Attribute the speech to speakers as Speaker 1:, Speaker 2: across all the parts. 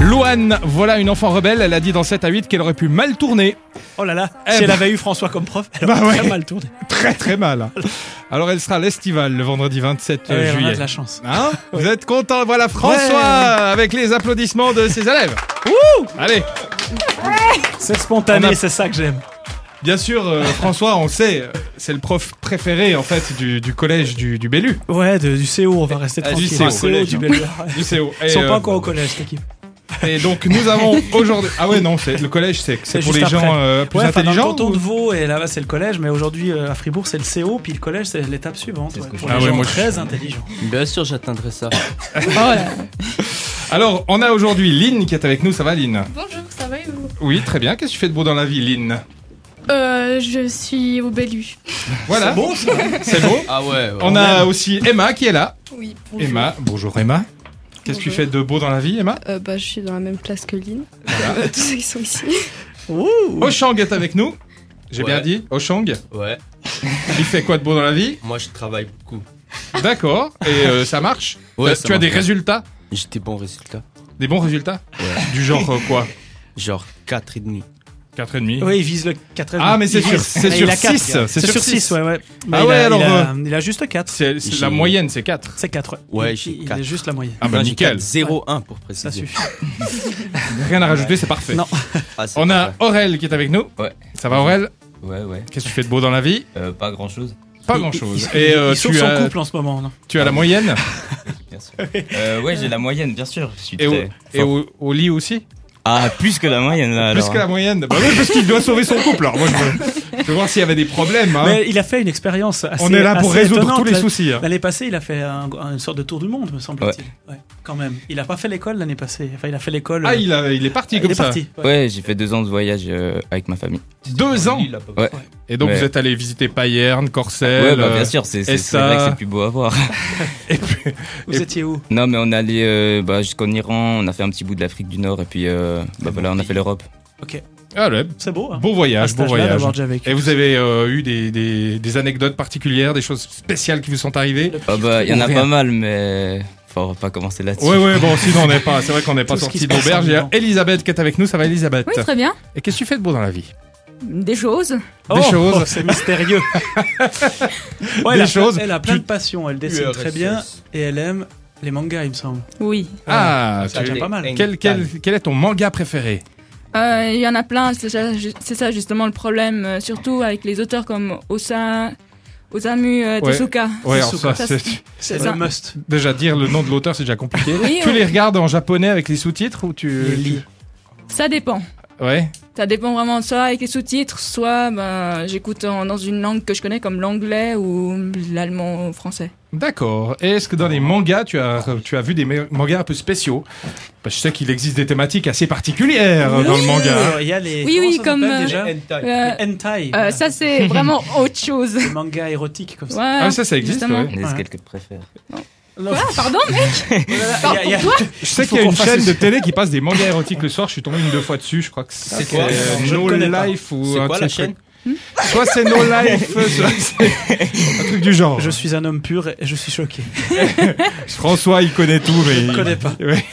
Speaker 1: Loane, voilà une enfant rebelle, elle a dit dans 7 à 8 qu'elle aurait pu mal tourner.
Speaker 2: Oh là là,
Speaker 1: Eh
Speaker 2: si elle
Speaker 1: ben.
Speaker 2: avait eu François comme prof, elle
Speaker 1: Bah
Speaker 2: aurait
Speaker 1: ouais.
Speaker 2: très mal tourné.
Speaker 1: Très très mal. Alors elle sera à l'estival le vendredi
Speaker 2: Ouais,
Speaker 1: 27
Speaker 2: on a
Speaker 1: Euh, juillet.
Speaker 2: de la chance.
Speaker 1: Hein Vous êtes content Voilà François
Speaker 2: Ouais.
Speaker 1: avec les applaudissements de ses élèves. Allez,
Speaker 2: C'est spontané,
Speaker 1: On a-
Speaker 2: c'est ça que j'aime.
Speaker 1: bien sûr euh, François, on le sait, euh, c'est le prof préféré en fait du, du collège du, du Bellu,
Speaker 2: Ouais, de- du CO, on va rester
Speaker 1: Ah, du
Speaker 2: tranquille.
Speaker 1: CO,
Speaker 2: Du CO,
Speaker 1: collège,
Speaker 2: du
Speaker 1: hein.
Speaker 2: Belvoir.
Speaker 1: du CO. Et,
Speaker 2: Ils sont
Speaker 1: euh,
Speaker 2: pas encore au collège, cette équipe.
Speaker 1: Et donc nous avons aujourd'hui. Ah ouais non, c'est le collège, c'est
Speaker 2: C'est
Speaker 1: c'est pour les
Speaker 2: juste
Speaker 1: gens
Speaker 2: après.
Speaker 1: euh, plus
Speaker 2: Ouais, enfin, dans le
Speaker 1: intelligents.
Speaker 2: canton
Speaker 1: ou-
Speaker 2: de Vaud, et là-bas, c'est le collège, mais aujourd'hui, euh, à Fribourg, c'est le CO, puis le collège, c'est l'étape suivante.
Speaker 3: C'est ce
Speaker 2: ouais,
Speaker 3: que je
Speaker 2: pour
Speaker 1: fais.
Speaker 2: les
Speaker 1: Ah ouais,
Speaker 2: gens
Speaker 1: moi, je-
Speaker 2: très intelligents.
Speaker 3: Bien sûr, j'atteindrai ça.
Speaker 1: Alors on a aujourd'hui Lynn qui est avec nous. Ça va Lynn
Speaker 4: Bonjour, ça va et vous
Speaker 1: Oui, très bien. Qu'est-ce que tu fais de beau dans la vie, Lynn
Speaker 4: euh, Je suis au Bellu.
Speaker 1: Voilà.
Speaker 2: Bon, ça.
Speaker 1: C'est beau.
Speaker 3: Ah ouais. ouais.
Speaker 1: On a aussi Emma qui est là.
Speaker 4: Oui,
Speaker 1: Emma, bonjour Emma. Qu'est-ce que tu
Speaker 4: Bonjour.
Speaker 1: fais de beau dans la vie, Emma
Speaker 4: Euh, bah, je suis dans la même classe que Lynn. Euh, tous ceux qui sont ici.
Speaker 1: Oshang est avec nous. J'ai
Speaker 3: Ouais.
Speaker 1: bien dit, Oshang.
Speaker 3: Ouais.
Speaker 1: Il fait quoi de beau dans la vie
Speaker 3: Moi, je travaille beaucoup.
Speaker 1: D'accord. Et euh, ça marche
Speaker 3: Ouais,
Speaker 1: T'as-
Speaker 3: ça
Speaker 1: Tu as des
Speaker 3: marche.
Speaker 1: résultats
Speaker 3: J'ai des bons résultats.
Speaker 1: Des bons résultats
Speaker 3: Ouais.
Speaker 1: Du genre euh, quoi
Speaker 3: Genre 4,5.
Speaker 1: 4,5
Speaker 2: Oui, il vise le 4
Speaker 1: Ah, mais c'est sur- c'est sur six, c'est
Speaker 2: C'est
Speaker 1: sur
Speaker 2: sur
Speaker 1: six.
Speaker 2: 6, ouais, ouais. Mais
Speaker 1: Ah
Speaker 2: il
Speaker 1: ouais,
Speaker 2: a-
Speaker 1: alors,
Speaker 2: Il a, il a juste 4.
Speaker 1: C'est c'est la
Speaker 3: J'ai-
Speaker 1: moyenne, c'est 4.
Speaker 2: C'est 4,
Speaker 3: Ouais, j'ai
Speaker 2: il, il
Speaker 3: quatre.
Speaker 2: est juste la moyenne.
Speaker 1: Ah bah nickel.
Speaker 3: 0,1 pour
Speaker 2: Ça
Speaker 3: préciser.
Speaker 2: suffit.
Speaker 1: Rien à rajouter, c'est parfait.
Speaker 2: Non.
Speaker 3: Ah, c'est
Speaker 1: On a
Speaker 3: parfait.
Speaker 1: Aurel qui est avec nous.
Speaker 3: Ouais.
Speaker 1: Ça va Aurel
Speaker 3: Ouais, ouais.
Speaker 1: Qu'est-ce que tu fais de beau dans la vie
Speaker 3: Euh, pas grand chose.
Speaker 1: Pas
Speaker 2: Il-
Speaker 1: grand chose.
Speaker 2: Il,
Speaker 1: Et euh,
Speaker 2: il sauve
Speaker 1: tu,
Speaker 2: son
Speaker 1: as,
Speaker 2: couple en ce moment. non
Speaker 1: tu as la moyenne
Speaker 3: Ah,
Speaker 5: Bien sûr. Euh, ouais, j'ai la moyenne, bien sûr. Je suis
Speaker 1: et, au,
Speaker 5: très...
Speaker 1: et au- au lit aussi
Speaker 5: Ah, plus que la moyenne là.
Speaker 1: Plus
Speaker 5: alors.
Speaker 2: hein.
Speaker 1: que la moyenne. Bah oui, parce qu'il doit sauver son couple. Alors moi, je veux, je veux voir s'il y avait des problèmes. hein.
Speaker 2: Mais il a fait une expérience assez
Speaker 1: On est là pour
Speaker 2: assez
Speaker 1: résoudre
Speaker 2: étonnante,
Speaker 1: tous les
Speaker 2: là.
Speaker 1: soucis. hein.
Speaker 2: L'année passée, il a fait un- une sorte de tour du monde, me semble-t-il. Ouais, quand même. Il a pas fait l'école l'année passée. Enfin, il a fait l'école.
Speaker 1: Ah,
Speaker 2: euh,
Speaker 1: il, a- il est parti comme
Speaker 2: est
Speaker 1: ça.
Speaker 2: parti. ouais.
Speaker 5: Ouais, j'ai fait deux ans de voyage euh, avec ma famille.
Speaker 1: Deux ans.
Speaker 5: Ouais.
Speaker 1: Et donc
Speaker 5: Ouais.
Speaker 1: vous êtes allé visiter Payerne, Corcelles.
Speaker 5: ouais, bah
Speaker 1: euh,
Speaker 5: bien sûr, c'est
Speaker 1: et
Speaker 5: c'est- c'est
Speaker 1: ça-
Speaker 5: vrai que c'est plus beau à voir.
Speaker 2: Vous étiez où
Speaker 5: non, mais on est allé euh, bah, jusqu'en Iran, on a fait un petit bout de l'Afrique du Nord et puis euh, bah, voilà, on a fait l'Europe.
Speaker 1: Ah ouais.
Speaker 2: C'est beau. Hein
Speaker 1: Bon
Speaker 2: À
Speaker 1: voyage,
Speaker 2: cet
Speaker 1: bon
Speaker 2: âge-là,
Speaker 1: voyage.
Speaker 2: d'avoir déjà vécu.
Speaker 1: Et vous avez euh, eu des, des- des anecdotes particulières, des choses spéciales qui vous sont arrivées
Speaker 5: Ah bah, il y en a
Speaker 1: Ou rien.
Speaker 5: pas mal, mais enfin, on va pas commencer là-dessus.
Speaker 1: Ouais, ouais, bon, sinon on n'est pas. C'est vrai qu'on n'est pas
Speaker 2: Tout ce qui
Speaker 1: sorti
Speaker 2: se passe
Speaker 1: d'auberge.
Speaker 2: en
Speaker 1: Il y a
Speaker 2: Iran.
Speaker 1: Elisabeth qui est avec nous. Ça va, Elisabeth
Speaker 6: Oui, très bien.
Speaker 1: Et qu'est-ce que tu fais de beau dans la vie
Speaker 6: Des choses.
Speaker 1: Des choses.
Speaker 2: oh, c'est mystérieux. Ouais,
Speaker 1: Des
Speaker 2: elle a plein-
Speaker 1: choses.
Speaker 2: elle a plein
Speaker 1: Tu-
Speaker 2: de passion. Elle dessine très bien et elle aime les mangas, il me semble.
Speaker 6: Oui.
Speaker 1: Ah,
Speaker 2: Ça
Speaker 1: tu-
Speaker 2: tient pas mal.
Speaker 1: quel, quel, quel est ton manga préféré
Speaker 6: Euh, Il y en a plein. C'est ça, ju- c'est ça justement le problème, euh, surtout avec les auteurs comme Osa, Osamu euh,
Speaker 1: Ouais.
Speaker 6: Tezuka.
Speaker 1: Ouais, alors
Speaker 2: Tezuka.
Speaker 1: ça, c'est.
Speaker 2: C'est
Speaker 6: ça.
Speaker 2: le must.
Speaker 1: Déjà dire le nom de l'auteur c'est déjà compliqué.
Speaker 6: Oui,
Speaker 1: tu
Speaker 6: oui.
Speaker 1: les regardes en japonais avec les sous-titres ou tu
Speaker 2: Les lits.
Speaker 6: Ça dépend.
Speaker 1: tu- Ouais.
Speaker 6: Ça dépend vraiment soit avec les sous-titres, soit ben, j'écoute en- dans une langue que je connais comme l'anglais ou l'allemand ou le français.
Speaker 1: D'accord. Et est-ce que dans les mangas tu as tu as vu des me- mangas un peu spéciaux Parce que je sais qu'il existe des thématiques assez particulières euh, dans le manga.
Speaker 2: Il y a les.
Speaker 6: Oui,
Speaker 2: comment
Speaker 6: oui,
Speaker 2: ça
Speaker 6: comme,
Speaker 2: s'appelle
Speaker 6: euh,
Speaker 2: Déjà
Speaker 6: Euh,
Speaker 2: Les hentai.
Speaker 6: euh,
Speaker 2: voilà.
Speaker 6: ça c'est vraiment autre chose.
Speaker 2: Les mangas érotiques comme ça.
Speaker 6: Ouais,
Speaker 1: Ah ça ça existe.
Speaker 6: justement.
Speaker 1: ouais.
Speaker 5: On est
Speaker 2: Ouais.
Speaker 5: quelques préfères.
Speaker 2: Non,
Speaker 6: Quoi Pardon
Speaker 2: il y a-
Speaker 6: Parle
Speaker 2: il y a-
Speaker 6: pour toi
Speaker 1: Je sais
Speaker 2: Il faut
Speaker 1: qu'il y a
Speaker 2: qu'on
Speaker 1: une
Speaker 2: fasse
Speaker 1: chaîne
Speaker 2: une-
Speaker 1: de télé qui passe des mangas érotiques le soir. Je suis tombé une deux fois dessus. Je crois que c'est
Speaker 3: quoi
Speaker 1: euh,
Speaker 2: Je
Speaker 1: No
Speaker 2: ne connais pas.
Speaker 1: Life ou
Speaker 3: C'est
Speaker 1: un
Speaker 3: quoi
Speaker 1: de
Speaker 3: la
Speaker 1: ces
Speaker 3: chaîne
Speaker 1: trucs. Soit c'est No Life, soit c'est un truc du genre.
Speaker 2: Je suis un homme pur et je suis choqué.
Speaker 1: François il connaît tout mais
Speaker 2: Je ne connais pas.
Speaker 1: Ouais.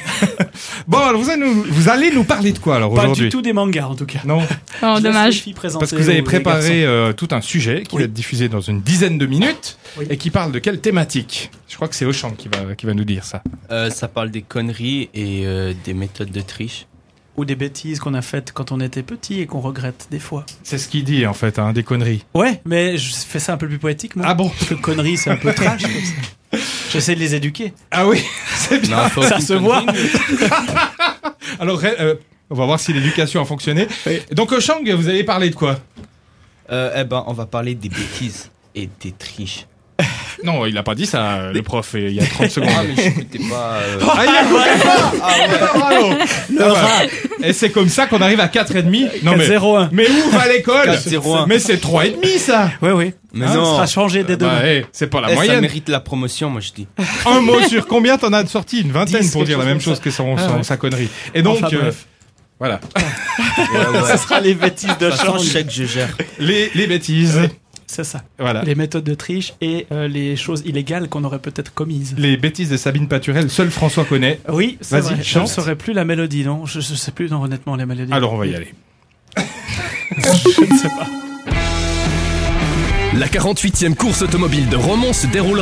Speaker 1: bon alors vous allez nous, vous allez nous parler de quoi alors
Speaker 2: Pas du
Speaker 1: aujourd'hui
Speaker 2: tout des mangas en tout cas.
Speaker 1: Non.
Speaker 6: Oh,
Speaker 2: Je laisse les
Speaker 6: dommage.
Speaker 2: filles présenter
Speaker 1: Parce que vous avez
Speaker 2: aux- aux garçons.
Speaker 1: préparé euh, tout un sujet qui
Speaker 2: Oui.
Speaker 1: va être diffusé dans une dizaine de minutes
Speaker 2: Oui.
Speaker 1: et qui parle de quelle thématique Je crois que c'est Auchan qui va, qui va nous dire ça.
Speaker 3: Euh, ça parle des conneries et euh, des méthodes de triche.
Speaker 2: ou des bêtises qu'on a faites quand on était petit et qu'on regrette des fois.
Speaker 1: C'est ce qu'il dit en fait, hein, des conneries.
Speaker 2: Ouais, mais je fais ça un peu plus poétique, moi.
Speaker 1: Ah bon
Speaker 2: Parce que conneries, c'est un peu trash. comme ça. J'essaie de les éduquer.
Speaker 1: Ah oui, c'est bien.
Speaker 3: Non, faut
Speaker 2: Ça
Speaker 3: aucune
Speaker 2: se
Speaker 3: connerie,
Speaker 2: voit.
Speaker 3: mais-
Speaker 1: Alors, euh, on va voir si l'éducation a fonctionné. Donc Auchan, vous avez parlé de quoi
Speaker 3: Euh, eh ben, on va parler des bêtises et des triches.
Speaker 1: Non, il n'a pas dit ça, euh, le prof, il y a 30 secondes.
Speaker 3: Ah, mais j'écoutais pas. euh,
Speaker 1: Ah, il a compris pas Bravo. Ah, voilà. Et c'est comme ça qu'on arrive à 4,5. Non mais...
Speaker 2: 4-0-1.
Speaker 1: Mais où va l'école
Speaker 3: 4,01.
Speaker 1: Mais c'est 3,5 Ah, ça
Speaker 2: Ouais, ouais.
Speaker 3: Mais
Speaker 2: Hein,
Speaker 3: non.
Speaker 2: Ça sera changé dès demain.
Speaker 1: Bah, eh, C'est pas la
Speaker 3: eh, Ça
Speaker 1: moyenne
Speaker 3: mérite la promotion, moi je dis.
Speaker 1: un mot sur combien t'en as de sorties Une vingtaine
Speaker 2: Dix,
Speaker 1: pour dire la
Speaker 2: quelque
Speaker 1: même
Speaker 2: chose
Speaker 1: chose que son,
Speaker 2: Ah
Speaker 1: son-
Speaker 2: ouais.
Speaker 1: sa connerie. Et donc,
Speaker 2: Enfin,
Speaker 1: euh,
Speaker 2: bref.
Speaker 1: voilà,
Speaker 3: Ouais, ouais.
Speaker 2: Ça sera les bêtises de
Speaker 3: De toute façon,
Speaker 2: change.
Speaker 3: je sais que je gère.
Speaker 1: les, les bêtises.
Speaker 2: C'est ça.
Speaker 1: Voilà.
Speaker 2: Les méthodes de triche et euh, les choses illégales qu'on aurait peut-être commises.
Speaker 1: Les bêtises de Sabine Paturel, seul François connaît.
Speaker 2: Oui, c'est
Speaker 1: Vas-y,
Speaker 2: vrai. Je ne
Speaker 1: chante.
Speaker 2: saurais plus la mélodie, non je, je sais plus, non, honnêtement, la mélodie.
Speaker 1: Alors on va y aller.
Speaker 2: Je ne sais pas.
Speaker 7: La 48e course automobile de Romans se déroule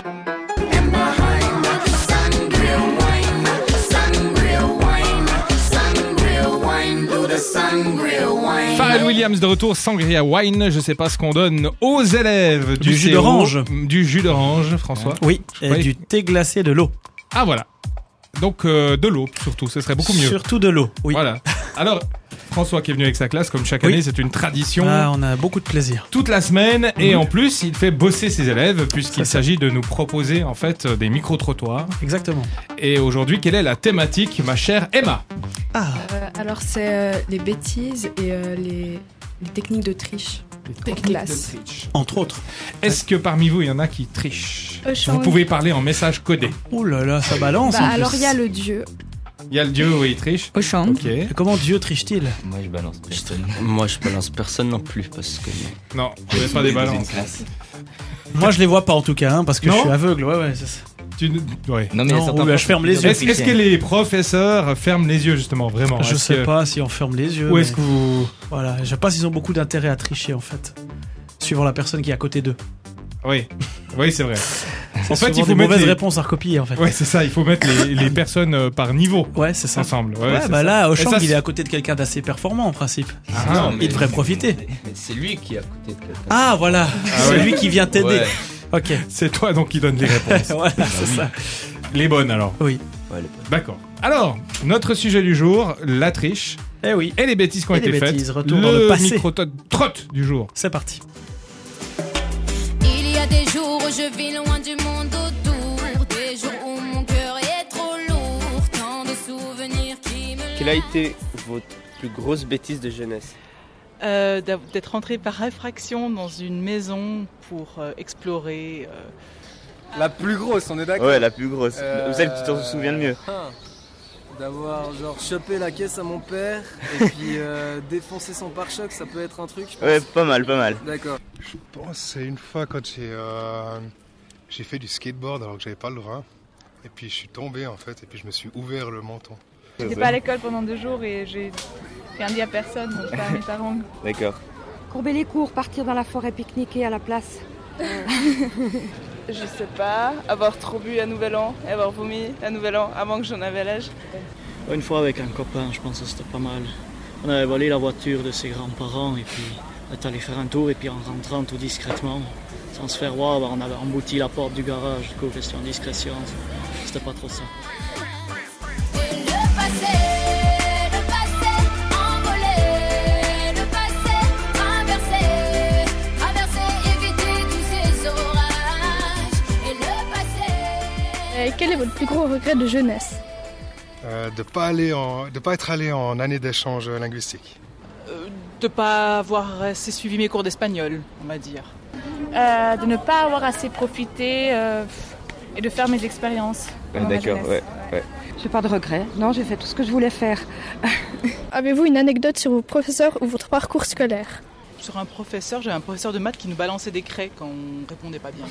Speaker 1: Pharrell Williams de retour, Sangria Wine. Je sais pas ce qu'on donne aux élèves du,
Speaker 2: Du jus
Speaker 1: CO,
Speaker 2: d'orange.
Speaker 1: Du jus d'orange, François.
Speaker 2: Oui, et
Speaker 1: Oui.
Speaker 2: du thé glacé de l'eau.
Speaker 1: Ah voilà. Donc euh, de l'eau surtout, ce serait beaucoup mieux.
Speaker 2: Surtout de l'eau, oui.
Speaker 1: Voilà. Alors François qui est venu avec sa classe comme chaque
Speaker 2: Oui.
Speaker 1: année, c'est une tradition.
Speaker 2: Ah, on a beaucoup de plaisir.
Speaker 1: Toute la semaine et en plus il fait bosser ses élèves puisqu'il
Speaker 2: C'est ça.
Speaker 1: s'agit de nous proposer en fait euh, des micro trottoirs.
Speaker 2: Exactement.
Speaker 1: Et aujourd'hui quelle est la thématique, ma chère Emma
Speaker 2: Ah,
Speaker 4: Euh, alors, c'est euh, les bêtises et euh, les, les techniques de triche. Des classes.
Speaker 2: entre autres.
Speaker 1: Est-ce que parmi vous il y en a qui trichent
Speaker 4: Euh,
Speaker 1: Vous
Speaker 4: Sean.
Speaker 1: pouvez parler en message codé.
Speaker 2: Oh là là, ça balance.
Speaker 4: Bah,
Speaker 2: en plus.
Speaker 4: alors, il y a le dieu.
Speaker 1: Il y a le dieu où il triche.
Speaker 6: Au champ.
Speaker 1: Ok.
Speaker 2: Et Comment Dieu triche-t-il
Speaker 5: Moi, je balance personne.
Speaker 8: Moi, je balance personne non plus parce que.
Speaker 1: Non, on n'est pas des balances.
Speaker 2: Moi, je les vois pas en tout cas, hein, parce que
Speaker 1: Non.
Speaker 2: je suis aveugle. Ouais, ouais. c'est ça.
Speaker 1: Tu ne- ouais.
Speaker 5: Non,
Speaker 2: Non,
Speaker 5: mais il y a certains
Speaker 2: oui, bah, je
Speaker 5: profs
Speaker 2: ferme
Speaker 5: qui
Speaker 2: les
Speaker 5: disent-
Speaker 2: yeux.
Speaker 1: Est-ce est-ce que les professeurs ferment les yeux justement vraiment
Speaker 2: Je
Speaker 1: Est-ce
Speaker 2: sais
Speaker 1: que-
Speaker 2: pas si on ferme les yeux.
Speaker 1: Ou est-ce
Speaker 2: mais
Speaker 1: que vous
Speaker 2: Voilà, je sais pas s'ils ont beaucoup d'intérêt à tricher en fait. Suivant la personne qui est à côté d'eux.
Speaker 1: Oui, oui c'est vrai. En fait,
Speaker 2: Souvent
Speaker 1: il faut
Speaker 2: des
Speaker 1: mettre
Speaker 2: mauvaises
Speaker 1: les-
Speaker 2: réponses à recopier en fait.
Speaker 1: Ouais, c'est ça. Il faut mettre les, les personnes euh, par niveau
Speaker 2: Ouais, c'est ça.
Speaker 1: ensemble. Ouais,
Speaker 2: Ouais,
Speaker 1: c'est
Speaker 2: bah
Speaker 1: ça.
Speaker 2: là,
Speaker 1: Et
Speaker 2: Auchan,
Speaker 1: ça,
Speaker 2: il
Speaker 1: c'est-
Speaker 2: est à côté de quelqu'un d'assez performant en principe.
Speaker 1: Ah,
Speaker 8: Non,
Speaker 1: mais-
Speaker 8: mais-
Speaker 2: devrait profiter.
Speaker 8: mais C'est lui qui est à côté de quelqu'un.
Speaker 2: Ah voilà, c'est
Speaker 1: ouais.
Speaker 2: lui qui vient t'aider.
Speaker 8: Ouais.
Speaker 2: Ok,
Speaker 1: C'est toi donc qui donne les réponses.
Speaker 2: voilà, c'est ça.
Speaker 1: les bonnes alors.
Speaker 2: Oui.
Speaker 8: Ouais, les
Speaker 1: D'accord. Alors, notre sujet du jour, la triche
Speaker 2: Eh oui,
Speaker 1: et les bêtises qui ont
Speaker 2: Et
Speaker 1: été
Speaker 2: les
Speaker 1: faites.
Speaker 2: bêtises, retour dans le passé.
Speaker 1: micro-trotte du jour.
Speaker 2: c'est parti.
Speaker 9: Il y a des jours où je vis loin du monde autour, des jours où mon cœur est trop lourd, tant de souvenirs qui me
Speaker 8: Quelle a été votre plus grosse bêtise de jeunesse
Speaker 10: Euh, d'av- d'être rentré par réfraction dans une maison pour euh, explorer. euh,
Speaker 11: La plus grosse, on est d'accord
Speaker 8: Ouais, la plus grosse.
Speaker 11: Euh,
Speaker 8: Celle qui t'en souviens le mieux.
Speaker 11: D'avoir genre chopé la caisse à mon père et puis euh, défoncer son pare-choc, ça peut être un truc, je pense.
Speaker 8: Ouais, pas mal, pas mal.
Speaker 11: D'accord.
Speaker 10: Je pense c'est une fois quand j'ai euh, j'ai fait du skateboard alors que j'avais pas le droit. Et puis je suis tombé en fait, et puis je me suis ouvert le menton.
Speaker 8: J'étais
Speaker 9: à l'école pendant deux jours et j'ai rien dit à personne, donc pas à mes parents.
Speaker 8: D'accord.
Speaker 9: Courber les cours, partir dans la forêt pique-niquer à la place.
Speaker 10: Je sais pas, avoir trop bu à Nouvel An, avoir vomi à Nouvel An avant que j'en avais l'âge.
Speaker 11: Une fois avec un copain, je pense que c'était pas mal. On avait volé la voiture de ses grands-parents et puis on est allé faire un tour et puis en rentrant tout discrètement, sans se faire voir, bah, on avait embouti la porte du garage. Du coup, question discrétion, c'était pas trop ça.
Speaker 9: Et le passé, le passé, envolé, le passé, traversé, traversé, éviter tous ces orages. Et le passé.
Speaker 4: Euh, quel est votre plus gros regret de jeunesse
Speaker 10: Euh, de pas aller en, de pas être allé en année d'échange linguistique. de pas avoir assez suivi mes cours d'espagnol, on va dire.
Speaker 9: Euh, de ne pas avoir assez profité euh, et de faire mes expériences.
Speaker 5: Ah, D'accord, ouais.
Speaker 9: J'ai pas de regrets. Non, j'ai fait tout ce que je voulais faire.
Speaker 4: Avez-vous une anecdote sur vos professeurs ou votre parcours scolaire
Speaker 10: Sur un professeur, j'avais un professeur de maths qui nous balançait des craies quand on répondait pas bien.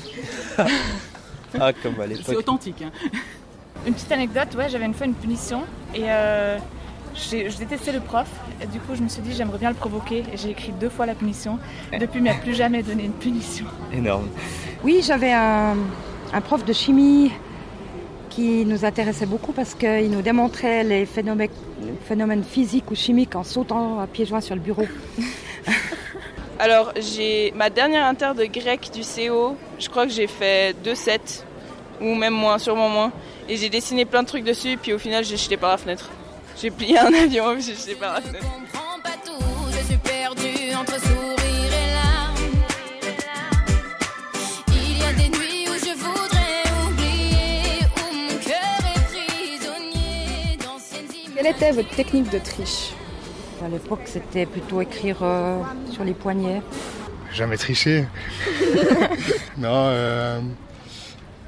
Speaker 8: Ah, comme à
Speaker 10: C'est
Speaker 8: l'époque.
Speaker 10: authentique. Hein.
Speaker 9: Une petite anecdote, ouais, j'avais une fois une punition et euh, j'ai- je détestais le prof. Et du coup, je me suis dit, j'aimerais bien le provoquer. Et j'ai écrit deux fois la punition. Depuis, il m'a plus jamais donné une punition.
Speaker 8: Énorme.
Speaker 9: Oui, j'avais un, prof de chimie qui nous intéressait beaucoup parce qu'il nous démontrait les phénomènes, physiques ou chimiques en sautant à pieds joints sur le bureau.
Speaker 10: Alors, j'ai ma dernière inter de grec du CO, je crois que j'ai fait 2-7, ou même moins, sûrement moins. Et j'ai dessiné plein de trucs dessus, puis au final, j'ai jeté par la fenêtre. J'ai plié un avion, puis j'ai jeté par la
Speaker 9: Je ne
Speaker 10: fenêtre.
Speaker 9: comprends pas tout, je suis perdue entre sourire et larmes. Il y a des nuits où je voudrais oublier, où mon cœur est prisonnier d'anciennes
Speaker 4: Quelle était votre technique de triche
Speaker 9: À l'époque, c'était plutôt écrire sur les poignets.
Speaker 10: Jamais triché. non, euh,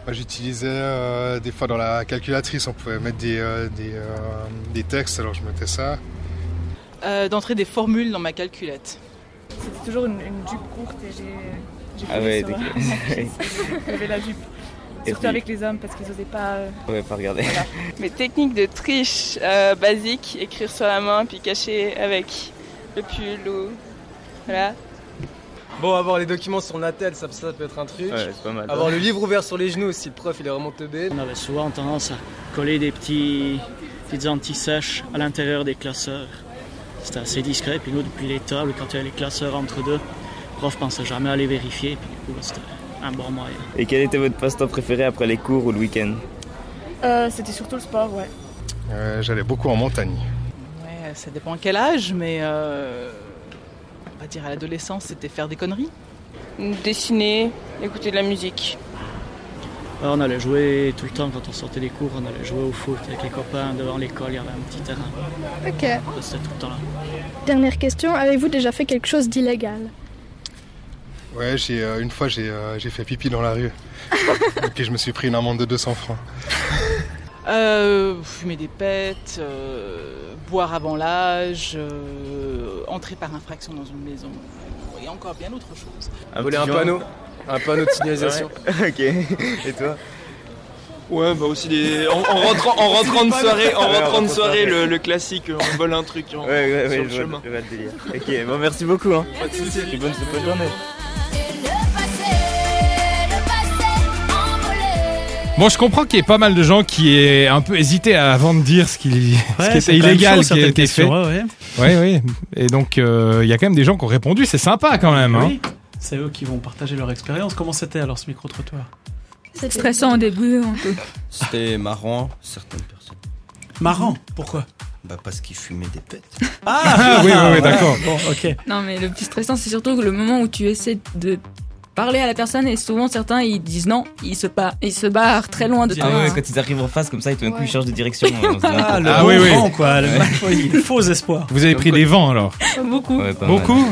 Speaker 10: moi j'utilisais euh, des fois dans la calculatrice, on pouvait mettre des, euh, des, euh, des textes, alors je mettais ça. D'entrer des formules dans ma calculette.
Speaker 9: C'était toujours une, jupe courte et j'ai
Speaker 12: J'ai
Speaker 5: Ah
Speaker 12: fait
Speaker 5: ouais,
Speaker 12: ça.
Speaker 5: t'es-
Speaker 12: Lever la jupe.
Speaker 5: Et
Speaker 12: Surtout
Speaker 5: puis-
Speaker 12: avec les hommes parce qu'ils osaient pas. euh,
Speaker 5: Ouais, pas regarder.
Speaker 12: voilà.
Speaker 10: Mes techniques de triche euh, basiques, écrire sur la main puis cacher avec le pull ou. Voilà.
Speaker 13: Bon, avoir les documents sur la tête, ça, ça peut être un truc.
Speaker 8: Ouais, c'est pas mal.
Speaker 13: Avoir le livre ouvert sur les genoux si le prof il est vraiment teubé.
Speaker 11: On avait souvent tendance à coller des petits, petites antisèches à l'intérieur des classeurs. C'était assez discret. Puis nous, depuis les tables, quand il y avait les classeurs entre deux, le prof pensait jamais à les vérifier. Puis du coup, bah, c'était un bon moyen.
Speaker 5: Et quel était votre passe-temps préféré après les cours ou le week-end
Speaker 12: Euh, C'était surtout le sport, ouais.
Speaker 10: Euh,
Speaker 14: J'allais beaucoup en montagne.
Speaker 15: Ouais, ça dépend quel âge, mais euh, on va dire à l'adolescence, c'était faire des conneries.
Speaker 10: Dessiner, écouter de la musique.
Speaker 11: Alors, on allait jouer tout le temps quand on sortait des cours, on allait jouer au foot avec les copains devant l'école, il y avait un petit terrain.
Speaker 16: Ok.
Speaker 11: C'était tout le temps là.
Speaker 16: Dernière question, avez-vous déjà fait quelque chose d'illégal
Speaker 14: Ouais, j'ai, euh, une fois j'ai, euh, j'ai fait pipi dans la rue. Et puis je me suis pris une amende de 200 francs.
Speaker 15: Euh, fumer des pets, euh, boire avant l'âge, euh, entrer par infraction dans une maison, et encore bien autre chose.
Speaker 13: Voler un panneau Un panneau de signalisation.
Speaker 8: ok. Et toi
Speaker 17: Ouais, bah aussi les. En, en rentrant, en rentrant de soirée, en rentrant de soirée, le, le classique, on vole un truc en,
Speaker 8: Ouais, ouais,
Speaker 17: sur
Speaker 8: ouais,
Speaker 17: le
Speaker 8: je vois,
Speaker 17: chemin.
Speaker 8: je vois le délire. Ok, bon, merci beaucoup. Hein. Pas de soucis. Et bonne, bonne journée.
Speaker 1: Bon, je comprends qu'il y ait pas mal de gens qui aient un peu hésité à- avant de dire ce qui, ce
Speaker 2: Ouais,
Speaker 1: qui
Speaker 2: c'est quand
Speaker 1: était
Speaker 2: même chaud,
Speaker 1: illégal, ce qui
Speaker 2: certaines
Speaker 1: a été fait.
Speaker 2: questions, hein. ouais,
Speaker 1: Oui, oui. Et donc, euh, il y a quand même des gens qui ont répondu. C'est sympa quand même. hein.
Speaker 2: Oui, c'est eux qui vont partager leur expérience. Comment c'était alors ce micro-trottoir
Speaker 6: C'est
Speaker 16: Euh,
Speaker 6: stressant au début. On peut...
Speaker 3: C'était marrant, certaines personnes.
Speaker 2: Marrant, pourquoi
Speaker 3: Bah parce qu'ils fumaient des pètes.
Speaker 8: Oh,
Speaker 2: Ah
Speaker 3: Oui, oui, oui,
Speaker 2: voilà.
Speaker 1: Oh.
Speaker 3: d'accord.
Speaker 2: Bon, ok.
Speaker 6: Non, mais le plus stressant, c'est surtout le moment où tu essaies de parler à la personne et souvent certains ils disent non, ils se, ba- ils se barrent très loin de toi.
Speaker 5: Ah ouais, quand ils arrivent en face comme ça, ils tout d'un coup ils changent de direction. hein,
Speaker 2: Ah, le bon vent, quoi, le mal- faux espoir.
Speaker 1: Vous avez pris des vents alors
Speaker 6: Beaucoup.
Speaker 1: Beaucoup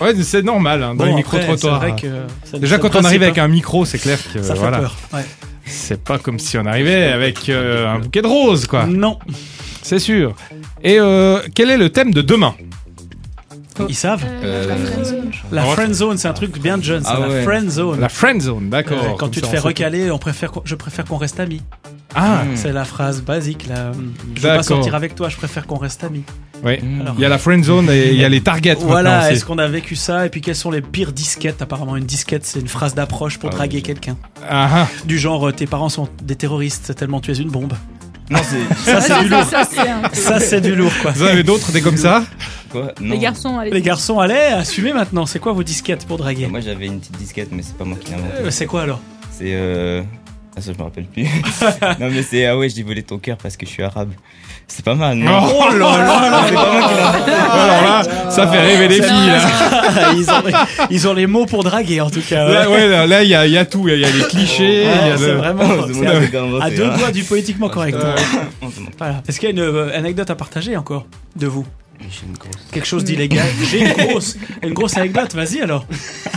Speaker 1: Ouais, c'est normal hein,
Speaker 2: Bon,
Speaker 1: dans les
Speaker 2: après,
Speaker 1: micro-trottoirs.
Speaker 2: c'est vrai que ça-
Speaker 1: Déjà,
Speaker 2: ça
Speaker 1: quand on
Speaker 2: principe,
Speaker 1: arrive avec
Speaker 2: hein.
Speaker 1: un micro, c'est clair que.
Speaker 2: Ça fait
Speaker 1: voilà.
Speaker 2: peur, ouais.
Speaker 1: C'est pas comme si on arrivait avec euh, un bouquet de roses, quoi.
Speaker 2: Non.
Speaker 1: C'est sûr. Et euh, quel est le thème de demain
Speaker 2: Ils savent La
Speaker 1: Ouais.
Speaker 2: friend zone, c'est un truc bien de jeune, c'est
Speaker 1: Ah
Speaker 2: la
Speaker 1: ouais.
Speaker 2: friend zone.
Speaker 1: La friend zone, d'accord.
Speaker 2: Ouais, Quand
Speaker 1: Comme
Speaker 2: tu te
Speaker 1: ça, on
Speaker 2: fais
Speaker 1: sait
Speaker 2: recaler, on préfère, qu'on- je préfère qu'on reste amis.
Speaker 1: Ah.
Speaker 2: c'est la phrase basique là. Je veux pas
Speaker 1: D'accord.
Speaker 2: sortir avec toi, je préfère qu'on reste amis.
Speaker 1: Oui.
Speaker 5: Hmm.
Speaker 2: Alors-
Speaker 1: Il y a la friend zone et il y a les targets maintenant
Speaker 2: Mm. Voilà,
Speaker 1: aussi.
Speaker 2: est-ce qu'on a vécu ça Et puis quelles sont les pires disquettes Apparemment, une disquette, c'est une phrase d'approche pour
Speaker 1: Ah
Speaker 2: draguer
Speaker 1: oui.
Speaker 2: quelqu'un.
Speaker 1: Ah
Speaker 2: Du genre, euh, tes parents sont des terroristes, tellement tu es une bombe.
Speaker 5: Non, c'est-
Speaker 2: ça,
Speaker 5: Ah,
Speaker 2: c'est du
Speaker 5: ça,
Speaker 2: lourd.
Speaker 5: ça, c'est un peu-
Speaker 2: Ça, c'est du lourd, quoi.
Speaker 1: Vous en avez d'autres, des comme ça
Speaker 5: Quoi
Speaker 6: Les garçons, allez.
Speaker 2: Les garçons, allez, assumez maintenant. C'est quoi vos disquettes pour draguer
Speaker 5: Moi j'avais une petite disquette, mais c'est pas moi qui l'ai inventée.
Speaker 2: Euh, c'est quoi, alors
Speaker 5: C'est. Euh... Ah, ça je me rappelle plus. non, mais c'est. Ah ouais, j'ai volé ton cœur parce que je suis arabe. C'est pas mal, non
Speaker 1: Oh là
Speaker 2: Ah.
Speaker 1: là là
Speaker 5: C'est pas moi qui l'ai inventé.
Speaker 1: Alors là, ça fait rêver les filles. là.
Speaker 2: ils, ont, ils ont les mots pour draguer, en tout cas.
Speaker 1: Là, ouais, là, là, il y, a- il y a tout. Il y a les clichés.
Speaker 2: Ouais,
Speaker 1: il y a
Speaker 2: Ah, c'est
Speaker 1: le-
Speaker 2: vraiment c'est
Speaker 3: Ah,
Speaker 1: Oh,
Speaker 2: à, à deux
Speaker 8: hein.
Speaker 2: doigts du
Speaker 1: Ah,
Speaker 2: politiquement correct.
Speaker 1: Ouais.
Speaker 2: Voilà. Est-ce qu'il y a une euh, anecdote à partager encore de vous Quelque chose
Speaker 1: Mm.
Speaker 2: d'illégal. J'ai une grosse, une grosse anecdote. Vas-y alors.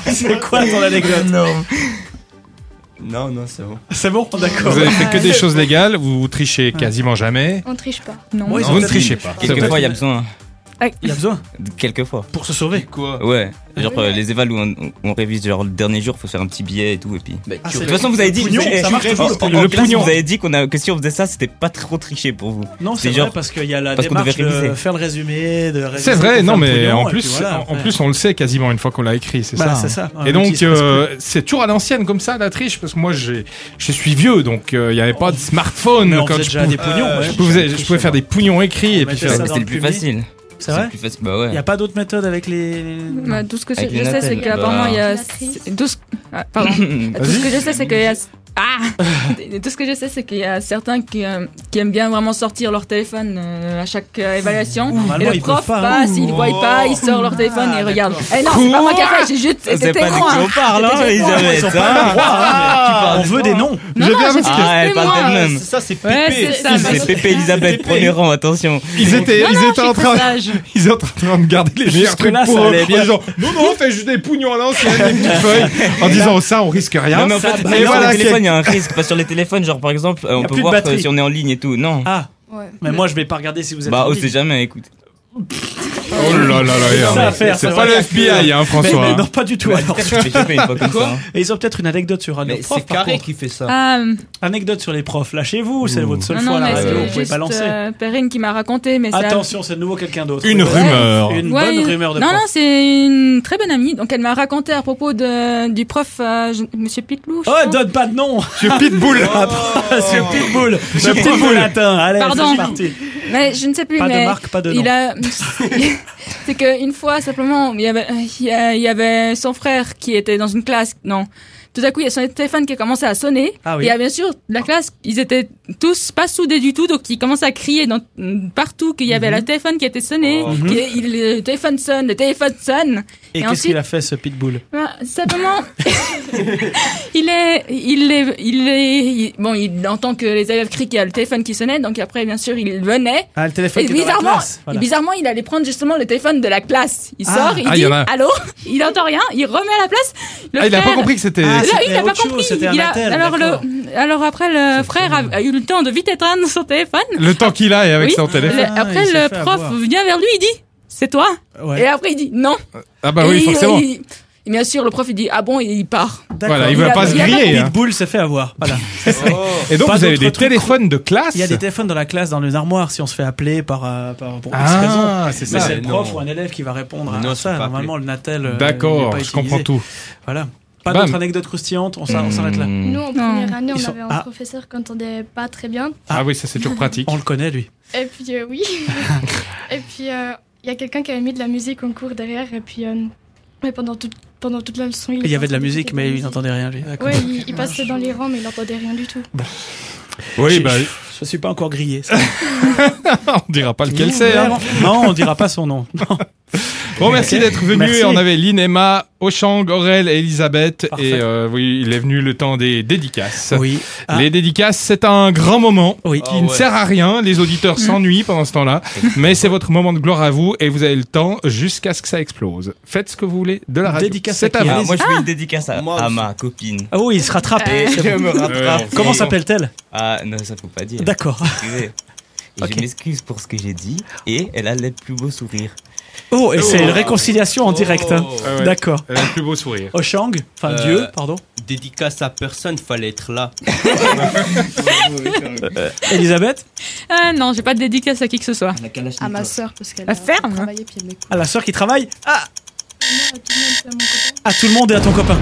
Speaker 2: C'est quoi ton anecdote
Speaker 3: Non. Non, non, c'est bon.
Speaker 2: C'est bon, d'accord.
Speaker 1: Vous avez fait que des choses légales. Vous, vous trichez quasiment jamais.
Speaker 16: On triche pas.
Speaker 6: Non.
Speaker 1: Moi, ils ont
Speaker 5: Vous ne
Speaker 1: peut-être-
Speaker 5: trichez pas.
Speaker 1: C'est vrai.
Speaker 5: Quelquefois, il y a besoin. hein.
Speaker 6: Ah,
Speaker 2: Il y a besoin
Speaker 5: Quelquefois.
Speaker 2: Pour se sauver.
Speaker 5: Quoi Ouais. Genre
Speaker 2: Ah ouais.
Speaker 5: euh, les évals où on, où on révise genre le dernier jour, faut faire un petit billet et tout et puis.
Speaker 2: Ah,
Speaker 5: de
Speaker 2: c'est
Speaker 5: toute façon,
Speaker 2: le
Speaker 5: vous avez dit
Speaker 2: pognon,
Speaker 5: eh,
Speaker 2: ça marche
Speaker 5: en-
Speaker 2: toujours, le
Speaker 5: en-
Speaker 2: pognon.
Speaker 5: en
Speaker 2: Le
Speaker 5: classe,
Speaker 2: pognon.
Speaker 5: vous avez dit qu'on a que si on faisait ça, c'était pas trop triché pour vous.
Speaker 2: Non, c'est
Speaker 5: C'était
Speaker 2: vrai parce qu'il y a la
Speaker 5: parce qu'on devait
Speaker 2: démarche de
Speaker 5: réviser.
Speaker 2: faire le résumé. de
Speaker 1: C'est
Speaker 2: réviser,
Speaker 1: vrai,
Speaker 2: de
Speaker 1: non,
Speaker 2: faire le
Speaker 1: mais
Speaker 2: pognon,
Speaker 1: en
Speaker 2: et puis
Speaker 1: plus,
Speaker 2: voilà,
Speaker 1: en
Speaker 2: après.
Speaker 1: plus, on le sait quasiment une fois qu'on l'a écrit, c'est
Speaker 2: Voilà,
Speaker 1: ça.
Speaker 2: c'est
Speaker 1: hein.
Speaker 2: ça, un
Speaker 1: Et
Speaker 2: outil,
Speaker 1: donc,
Speaker 2: ça se
Speaker 1: euh, c'est toujours à l'ancienne comme ça la triche, parce que moi, j'ai, je suis vieux, donc euh, il n'y avait pas de smartphone.
Speaker 2: Mais on
Speaker 1: quand
Speaker 2: faisait
Speaker 1: je
Speaker 2: déjà des pognons, ouais.
Speaker 1: je, pouvais, je pouvais faire des pognons écrits et puis
Speaker 2: mettait ça
Speaker 1: faire.
Speaker 2: dans C'était le le plus fumier. facile. C'est vrai
Speaker 5: plus facile. Bah
Speaker 2: Il n'y
Speaker 5: ouais.
Speaker 2: a pas d'autre méthode avec les.
Speaker 6: Bah, tout ce que
Speaker 5: Avec
Speaker 6: je
Speaker 5: les
Speaker 6: sais, c'est
Speaker 5: natelles,
Speaker 6: qu'apparemment, il y a.
Speaker 5: bah.
Speaker 6: c'est- Tout ce... ah, pardon. tout ce que je sais, c'est qu'il y a. Ah Tout ce que je sais, c'est qu'il y a certains qui, euh, qui aiment bien vraiment sortir leur téléphone euh, à chaque euh, évaluation.
Speaker 2: normalement,
Speaker 6: Et le
Speaker 2: ils
Speaker 6: prof
Speaker 2: peuvent pas, hein.
Speaker 6: passe, il ne voit pas, il sort leur téléphone et il regarde. Eh non, c'est
Speaker 2: Quoi
Speaker 6: pas moi qui ai fait, j'ai juste.
Speaker 5: Ah,
Speaker 2: C'est
Speaker 6: C'était
Speaker 2: pas de
Speaker 6: moi.
Speaker 2: qui on parle, hein,
Speaker 6: C'était
Speaker 2: les
Speaker 6: moi.
Speaker 2: amis. Ils ont pas le droit, hein, mais- On veut des noms.
Speaker 6: Non, non, j'ai
Speaker 5: Ah, elle
Speaker 6: testé,
Speaker 5: parle
Speaker 6: moi.
Speaker 5: d'elle-même.
Speaker 6: Ça, c'est Ouais, Pépé. c'est ça, mais-
Speaker 5: C'est Pépé Elisabeth, premier rang, attention.
Speaker 1: Ils étaient,
Speaker 5: Non,
Speaker 1: ils
Speaker 5: non, je
Speaker 1: étaient
Speaker 5: suis
Speaker 1: en train,
Speaker 5: très sage.
Speaker 1: ils étaient en train de garder les meilleurs trucs
Speaker 5: Jusque-là,
Speaker 1: pour
Speaker 5: ça
Speaker 1: eux,
Speaker 5: allait bien.
Speaker 1: en disant, non, non, fais juste des pognons à l'ancienne, des petites feuilles, en disant ça, on risque rien.
Speaker 5: Non, mais en fait,
Speaker 1: Et
Speaker 5: mais sur
Speaker 1: voilà,
Speaker 5: les téléphones, il y
Speaker 1: c'est-
Speaker 5: a un risque. Pas sur les téléphones, genre par exemple, euh, on
Speaker 2: a
Speaker 5: peut
Speaker 2: plus de
Speaker 5: voir euh,
Speaker 2: batterie.
Speaker 5: si on est en ligne et tout. Non.
Speaker 2: Ah. Mais moi, je vais pas regarder si vous êtes.
Speaker 5: Bah,
Speaker 2: en
Speaker 5: on
Speaker 2: ligne.
Speaker 5: sait jamais, écoute.
Speaker 1: Oh là là là,
Speaker 2: C'est
Speaker 1: et
Speaker 2: ça
Speaker 1: alors,
Speaker 2: à faire,
Speaker 1: c'est
Speaker 2: ça
Speaker 1: pas
Speaker 2: va
Speaker 1: le
Speaker 2: faire
Speaker 1: FBI, hein,
Speaker 2: que-
Speaker 1: François,
Speaker 2: Mais, mais non,
Speaker 1: hein.
Speaker 2: pas du tout.
Speaker 1: Mais
Speaker 2: alors.
Speaker 1: peut-être que j'ai fait une fois comme
Speaker 2: Quoi
Speaker 1: ça, hein.
Speaker 2: Et ils ont peut-être une anecdote sur un de leurs
Speaker 3: Mais
Speaker 2: profs.
Speaker 3: c'est Carré
Speaker 2: qui fait ça.
Speaker 6: Ah,
Speaker 2: Anecdote sur les profs. Lâchez-vous, c'est votre seule
Speaker 6: non,
Speaker 2: fois
Speaker 6: non,
Speaker 2: à la
Speaker 6: mais
Speaker 2: radio. Vous
Speaker 6: c'est
Speaker 2: pouvez
Speaker 6: juste
Speaker 2: balancer.
Speaker 6: euh, Perrine qui m'a raconté, mais ça-
Speaker 2: Attention, c'est de nouveau quelqu'un d'autre.
Speaker 1: Une
Speaker 2: Ouais.
Speaker 1: rumeur.
Speaker 2: Une
Speaker 6: Ouais,
Speaker 2: bonne
Speaker 6: une-
Speaker 2: rumeur de
Speaker 6: Non,
Speaker 2: prof.
Speaker 6: non, c'est une très bonne amie. Donc, elle m'a raconté à propos de, du prof, euh, je- Monsieur Pitlou. je
Speaker 2: Oh,
Speaker 6: pense.
Speaker 2: donne pas de nom
Speaker 1: Monsieur Pitbull
Speaker 2: Ah, Monsieur Pitbull Monsieur
Speaker 1: prof
Speaker 2: Pitbull
Speaker 1: de-
Speaker 2: latin Allez,
Speaker 6: Pardon.
Speaker 2: c'est parti
Speaker 6: Mais je ne sais plus.
Speaker 2: Pas de
Speaker 6: mais
Speaker 2: marque, pas de nom.
Speaker 6: Il a. c'est qu'une fois simplement, il y avait, il y a- il y avait son frère qui était dans une classe. Non. Tout à coup, il y a son téléphone qui a commencé à sonner.
Speaker 18: Ah oui.
Speaker 6: Et il y a bien sûr la classe, ils étaient tous pas soudés du tout, donc ils commençaient à crier dans, partout qu'il y avait
Speaker 18: Mhm.
Speaker 6: le téléphone qui était sonné.
Speaker 18: Oh,
Speaker 2: Mhm.
Speaker 6: qu'il- il- le téléphone sonne, le téléphone sonne.
Speaker 2: Et qu'est-ce qu'il a fait, ce Pitbull
Speaker 6: ben, simplement, il est, il est, il est, il- bon, il entend que les élèves crient qu'il y a le téléphone qui sonnait, donc après, bien sûr, il venait.
Speaker 2: Ah, le téléphone
Speaker 6: Et
Speaker 2: qui est dans la
Speaker 6: bizarrement,
Speaker 2: classe, voilà.
Speaker 6: et bizarrement, il allait prendre justement le téléphone de la classe. Il
Speaker 2: Ah.
Speaker 6: sort, il
Speaker 1: Ah, il
Speaker 6: dit
Speaker 1: y en a.
Speaker 6: allô, il entend rien, il remet à la place. Le
Speaker 1: Ah, il a pas
Speaker 6: frère-
Speaker 1: compris que c'était- Ah,
Speaker 6: Là,
Speaker 1: c'était
Speaker 6: il a pas
Speaker 1: autre chose,
Speaker 6: compris.
Speaker 1: c'était un
Speaker 6: Il a-
Speaker 1: appel,
Speaker 6: alors le, alors après, le frère a, a eu le temps de vite éteindre son téléphone.
Speaker 1: Le temps qu'il a et avec
Speaker 6: Oui.
Speaker 1: son téléphone.
Speaker 6: Le- après,
Speaker 1: Ah, il s'est
Speaker 6: le
Speaker 1: fait
Speaker 6: prof
Speaker 1: avoir.
Speaker 6: vient vers lui, il dit, c'est toi.
Speaker 1: Ouais.
Speaker 6: Et après, il dit non.
Speaker 1: Ah bah
Speaker 6: Et
Speaker 1: oui,
Speaker 6: il-
Speaker 1: forcément.
Speaker 6: il- et bien sûr, le prof, il dit ah bon, et il part.
Speaker 1: Voilà, il va pas se
Speaker 6: il a
Speaker 1: griller. hein.
Speaker 2: Pitbull s'est fait avoir. Voilà.
Speaker 1: Et donc,
Speaker 2: Pas
Speaker 1: vous avez
Speaker 2: d'autres
Speaker 1: des
Speaker 2: trucs.
Speaker 1: téléphones de classe
Speaker 2: Il y a des téléphones dans la classe, dans les armoires, si on se fait appeler par, euh, par- pour X
Speaker 1: Ah,
Speaker 2: raison.
Speaker 1: c'est
Speaker 2: Mais
Speaker 1: ça,
Speaker 2: c'est le
Speaker 1: mais
Speaker 2: prof
Speaker 1: non.
Speaker 2: ou un élève qui va répondre
Speaker 1: Mais non,
Speaker 2: à
Speaker 1: c'est
Speaker 2: ça.
Speaker 1: pas appelé.
Speaker 2: Normalement, le Natel. euh,
Speaker 1: D'accord,
Speaker 2: n'est pas
Speaker 1: je
Speaker 2: utilisé.
Speaker 1: comprends tout.
Speaker 2: Voilà. Pas
Speaker 1: Bam. Mm.
Speaker 2: d'autres anecdotes croustillantes, on s'ar- on s'arrête là.
Speaker 5: Hmm.
Speaker 16: Nous, en première année, on
Speaker 2: Ils sont-
Speaker 16: avait un
Speaker 2: Ah.
Speaker 16: professeur qu'on entendait pas très bien.
Speaker 1: Ah oui, ça c'est toujours pratique.
Speaker 2: On le connaît, lui.
Speaker 16: Et puis, euh, oui. et puis, euh, il y a quelqu'un qui avait mis de la musique en cours derrière. Et puis, euh, mais pendant, toute pendant toute la leçon,
Speaker 2: Il y avait de
Speaker 16: était
Speaker 2: la
Speaker 16: en train
Speaker 2: musique,
Speaker 16: d'écouter de
Speaker 2: mais
Speaker 16: la
Speaker 2: il n'entendait rien, lui. D'accord.
Speaker 16: Ouais, il, il passait dans les rangs, mais il n'entendait rien du tout.
Speaker 1: Oui,
Speaker 2: Je-
Speaker 1: bah-
Speaker 2: je, je suis pas encore grillé. ça.
Speaker 1: on dira pas lequel c'est. hein.
Speaker 2: Non, on dira pas son nom.
Speaker 1: Bon, merci d'être venu.
Speaker 2: Merci.
Speaker 1: On avait Lynn, Emma, Oshang, Aurel et Elisabeth. Et euh, oui, il est venu le temps des dédicaces.
Speaker 2: Oui. Ah.
Speaker 1: Les dédicaces, c'est un grand moment qui
Speaker 2: Ah
Speaker 1: ne
Speaker 2: ouais.
Speaker 1: sert à rien. Les auditeurs
Speaker 2: Mm.
Speaker 1: s'ennuient pendant ce temps-là. Mais c'est votre moment de gloire à vous et vous avez le temps jusqu'à ce que ça explose. Faites ce que vous voulez de la radio.
Speaker 2: Dédicace
Speaker 1: c'est
Speaker 2: à
Speaker 1: à
Speaker 2: qui
Speaker 1: vous.
Speaker 2: Allez-y.
Speaker 5: Moi, je fais une dédicace à,
Speaker 2: Moi
Speaker 5: à
Speaker 2: aussi.
Speaker 5: ma copine.
Speaker 2: Ah oui, il se rattrape.
Speaker 5: Et
Speaker 2: C'est
Speaker 5: je
Speaker 2: bon.
Speaker 5: me rattrape.
Speaker 2: Comment s'appelle-t-elle
Speaker 5: Ah non, ça faut pas dire.
Speaker 2: D'accord.
Speaker 5: Excusez. Et
Speaker 2: Ok.
Speaker 5: Je m'excuse pour ce que j'ai dit. Et elle a le plus beau sourire.
Speaker 2: Oh, et c'est
Speaker 5: Oh.
Speaker 2: une réconciliation en direct. hein.
Speaker 1: Oh.
Speaker 5: Ah ouais.
Speaker 2: D'accord.
Speaker 1: Elle a le plus beau sourire.
Speaker 2: Oshang, enfin
Speaker 3: Euh,
Speaker 2: Dieu, pardon.
Speaker 3: Dédicace à personne, fallait être là.
Speaker 2: Elisabeth
Speaker 6: Ah non, j'ai pas de dédicace à qui que ce soit.
Speaker 4: À ma sœur, parce qu'elle
Speaker 6: La
Speaker 4: a
Speaker 6: ferme.
Speaker 4: travaillé puis elle m'écoute.
Speaker 2: À la sœur qui travaille Ah À tout le monde et à ton copain.